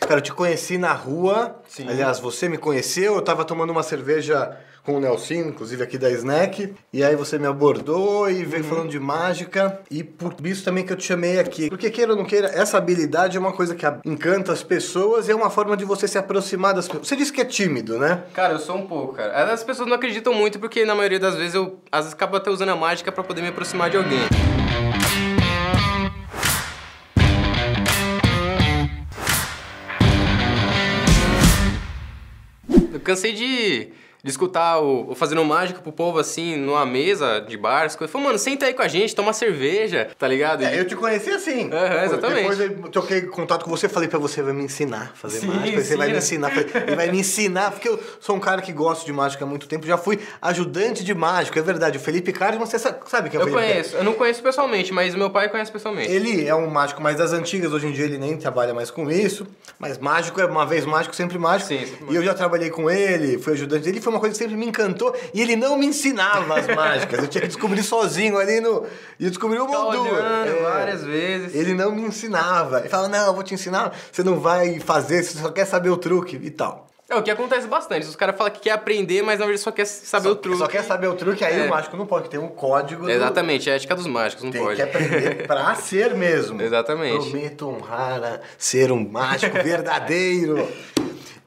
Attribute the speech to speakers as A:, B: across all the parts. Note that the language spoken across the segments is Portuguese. A: Cara, eu te conheci na rua.
B: Sim.
A: Aliás, você me conheceu. Eu tava tomando uma cerveja com o Nelson, inclusive aqui da Snack. E aí você me abordou e veio falando de mágica. E por isso também que eu te chamei aqui. Porque queira ou não queira, essa habilidade é uma coisa que a- encanta as pessoas e é uma forma de você se aproximar das pessoas. Você disse que é tímido, né?
B: Cara, eu sou um pouco, cara. As pessoas não acreditam muito porque na maioria das vezes eu às vezes acabo até usando a mágica pra poder me aproximar de alguém. Eu cansei de, de escutar o, o fazendo mágica pro povo assim, numa mesa de bar, as coisas. Falei, mano, senta aí com a gente, toma cerveja, tá ligado?
A: É, eu te conheci assim.
B: Aham, exatamente.
A: Depois eu toquei contato com você, falei pra você, vai me ensinar a fazer
B: Sim,
A: mágica. Você
B: sim,
A: vai me
B: né?
A: ensinar. Falei, Ele vai me ensinar, porque eu sou um cara que gosto de mágica há muito tempo. Já fui ajudante de mágico, é verdade. O Felipe Cardman, você sa- sabe quem é o
B: Eu
A: Felipe
B: conheço, eu não conheço pessoalmente, mas meu pai conhece pessoalmente.
A: Ele é um mágico mais das antigas, hoje em dia ele nem trabalha mais com isso. Mas mágico é uma vez mágico, sempre mágico.
B: Sim, sempre
A: e eu já trabalhei com ele, fui ajudante dele, foi uma coisa que sempre me encantou. E ele não me ensinava as mágicas. Eu tinha que descobrir sozinho ali no. E eu descobri o
B: Tá
A: Moldura.
B: olhando
A: É.
B: várias vezes.
A: Ele não me ensinava. Ele falava, não, eu vou te ensinar, você não vai fazer, você só quer saber o truque e tal.
B: É o que acontece bastante. Os caras falam que quer aprender, mas na verdade só quer saber o truque.
A: Só quer saber o truque, aí
B: É.
A: o mágico não pode, tem um código. do-
B: É, Exatamente, é a ética dos mágicos, não
A: Tem
B: pode.
A: que aprender pra ser mesmo.
B: Exatamente.
A: Prometo honrar a ser um mágico verdadeiro.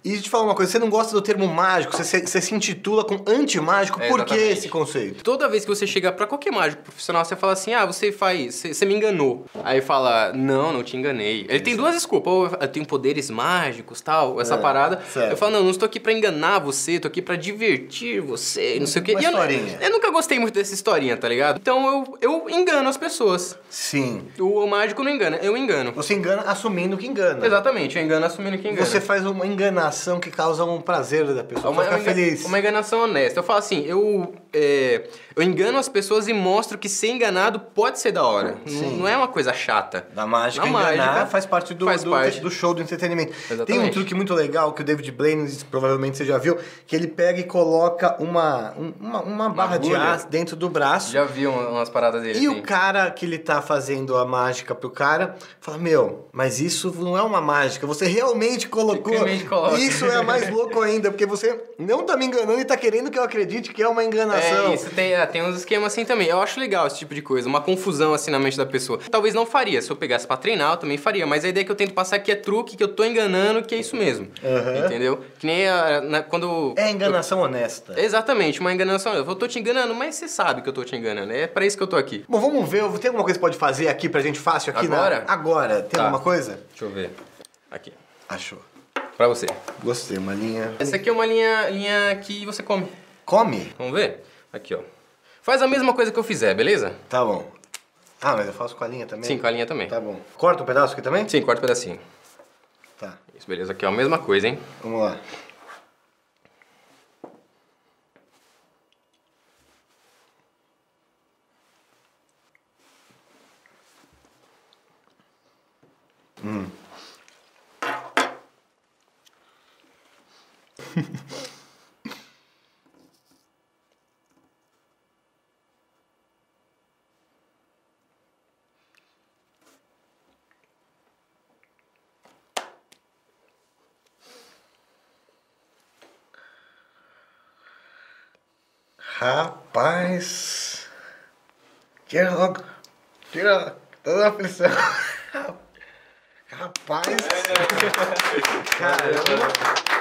A: E te falar uma coisa, você não gosta do termo mágico, você se, você se intitula com anti-mágico,
B: É,
A: por que
B: exatamente.
A: esse conceito?
B: Toda vez que você chega pra qualquer mágico profissional, você fala assim: ah, você faz. Você, você me enganou. Aí fala: não, não te enganei. Ele tem duas desculpas: ou eu tenho poderes mágicos, tal, essa
A: É,
B: parada.
A: certo.
B: Eu falo: não, não estou aqui pra enganar você, tô aqui pra divertir você, não sei o quê.
A: Uma
B: E eu não-
A: historinha.
B: Eu, nunca gostei muito dessa historinha, tá ligado? Então eu, eu engano as pessoas.
A: Sim.
B: O, o mágico não engana, eu engano.
A: Você engana assumindo que engana.
B: Exatamente, eu engano assumindo que engano.
A: Você faz uma enganação que causa um prazer da pessoa,
B: É Uma,
A: ela
B: uma,
A: fica feliz.
B: enga- uma enganação honesta. Eu falo assim, eu, é, eu engano as pessoas e mostro que ser enganado pode ser da hora. N-
A: Sim.
B: Não é uma coisa chata.
A: Da mágica,
B: Na
A: enganar
B: mágica,
A: faz parte do,
B: faz
A: do,
B: parte.
A: do show do entretenimento. Tem um
B: Exatamente.
A: truque muito legal que o David Blaine, provavelmente você já viu, que ele pega e coloca uma, um- uma, uma barra de
B: agulha.
A: ar dentro do braço.
B: Já vi um- umas paradas dele.
A: E
B: assim.
A: o cara que ele tá fazendo a mágica pro cara fala: Meu, mas isso não é uma mágica, você realmente colocou.
B: Realmente coloca.
A: Isso é mais louco ainda, porque você não tá me enganando e tá querendo que eu acredite que é uma enganação.
B: É, isso tem, é, tem uns esquemas assim também. Eu acho legal esse tipo de coisa, uma confusão assim na mente da pessoa. Talvez não faria, se eu pegasse pra treinar, eu também faria, mas a ideia que eu tento passar é que é truque, que eu tô enganando, que é isso mesmo.
A: Aham.
B: Entendeu? Que nem a, na- quando.
A: É enganação honesta.
B: Exatamente, uma enganação. Eu tô te enganando, mas você sabe que eu tô te enganando. É pra isso que eu tô aqui.
A: Bom, vamos ver, tem alguma coisa que pode fazer aqui pra gente fácil aqui na-
B: Agora?
A: Agora, tem
B: Tá.
A: alguma coisa?
B: Deixa eu ver. Aqui.
A: Achou.
B: Pra você.
A: Gostei, uma linha.
B: Essa aqui é uma linha, linha que você come.
A: Come?
B: Vamos ver? Aqui, ó. Faz a mesma coisa que eu fizer, beleza?
A: Tá bom. Ah, mas eu faço com a linha também?
B: Sim, com a linha também.
A: Tá bom. Corta um pedaço aqui também?
B: Sim, corta um pedacinho.
A: Tá.
B: Isso, beleza. Aqui, ó. Mesma coisa, hein?
A: Vamos lá. Rapaz. Tira logo. Tira toda a aflição. Rapaz. Caramba.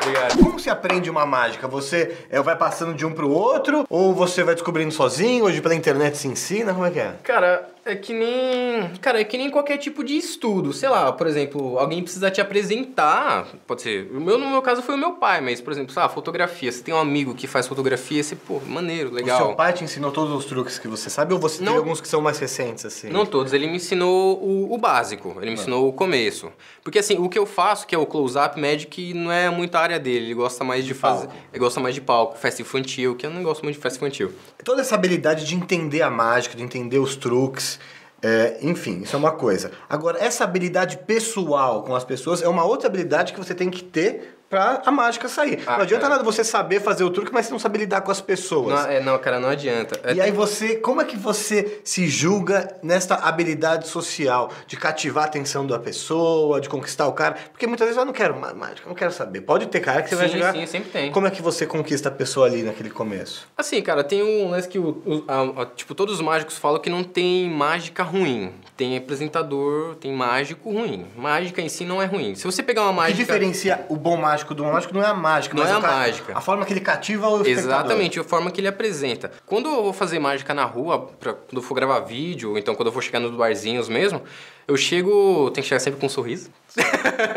B: Obrigado.
A: Como se aprende uma mágica? Você é, vai passando de um pro outro? Ou você vai descobrindo sozinho? Hoje pela internet se ensina? Como é que é?
B: Cara, é que nem. Cara, é que nem qualquer tipo de estudo. Sei lá, por exemplo, alguém precisa te apresentar. Pode ser. O meu, no meu caso, foi o meu pai, mas, por exemplo, sei lá, fotografia. Você tem um amigo que faz fotografia, você, pô, maneiro, legal.
A: O seu pai te ensinou todos os truques que você sabe? Ou você
B: Não.
A: tem alguns que são mais recentes, assim?
B: Não todos, ele me ensinou o, o básico, ele me ensinou o começo. Porque assim, o que eu faço, que é o close-up magic, não é muito a área dele, ele gosta mais de, fazer.
A: palco.
B: Ele gosta mais de palco, festa infantil, que eu não gosto muito de festa infantil.
A: Toda essa habilidade de entender a mágica, de entender os truques, é, enfim, isso é uma coisa. Agora, essa habilidade pessoal com as pessoas é uma outra habilidade que você tem que ter pra a mágica sair.
B: Ah,
A: não adianta
B: cara.
A: nada você saber fazer o truque, mas você não sabe lidar com as pessoas.
B: Não, é, não, cara, não adianta. É,
A: E aí você, como é que você se julga nesta habilidade social de cativar a atenção da pessoa, de conquistar o cara? Porque muitas vezes eu não quero má- mágica, não quero saber. Pode ter cara que você vai
B: Sim,
A: jogar.
B: sim, sempre tem.
A: Como é que você conquista a pessoa ali naquele começo?
B: Assim, cara, tem um lance que, o, o- a- a- tipo, todos os mágicos falam que não tem mágica ruim. Tem apresentador, tem mágico ruim. Mágica em si não é ruim. Se você pegar uma
A: O que
B: mágica...
A: diferencia o bom mágico do mau mágico não é a mágica,
B: Não
A: mas
B: é
A: o
B: a
A: cara-
B: mágica.
A: A forma que ele cativa
C: Tá
A: o espectador.
B: Exatamente, a forma que ele apresenta. Quando eu vou fazer mágica na rua, pra, quando eu for gravar vídeo, ou então quando eu for chegar nos barzinhos mesmo, eu chego... Tem que chegar sempre com um sorriso.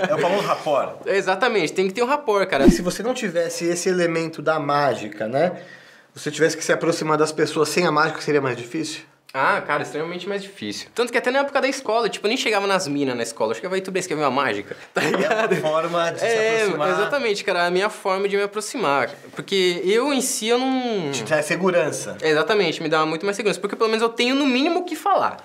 C: É o famoso rapor.
B: Exatamente, tem que ter um rapport, cara.
A: E se você não tivesse esse elemento da mágica, né? Você tivesse que se aproximar das pessoas sem a mágica, seria mais difícil?
B: Ah, cara, extremamente mais difícil. Tanto que até na época da escola, tipo, eu nem chegava nas minas na escola. Eu chegava aí, tu bem, escreveu uma mágica, tá ligado?
C: É uma forma de se
B: É,
C: aproximar.
B: exatamente, cara. A minha forma de me aproximar. Porque eu em si, eu não...
A: é
C: Te traz segurança.
B: Exatamente, me dá muito mais segurança. Porque pelo menos eu tenho no mínimo o que falar.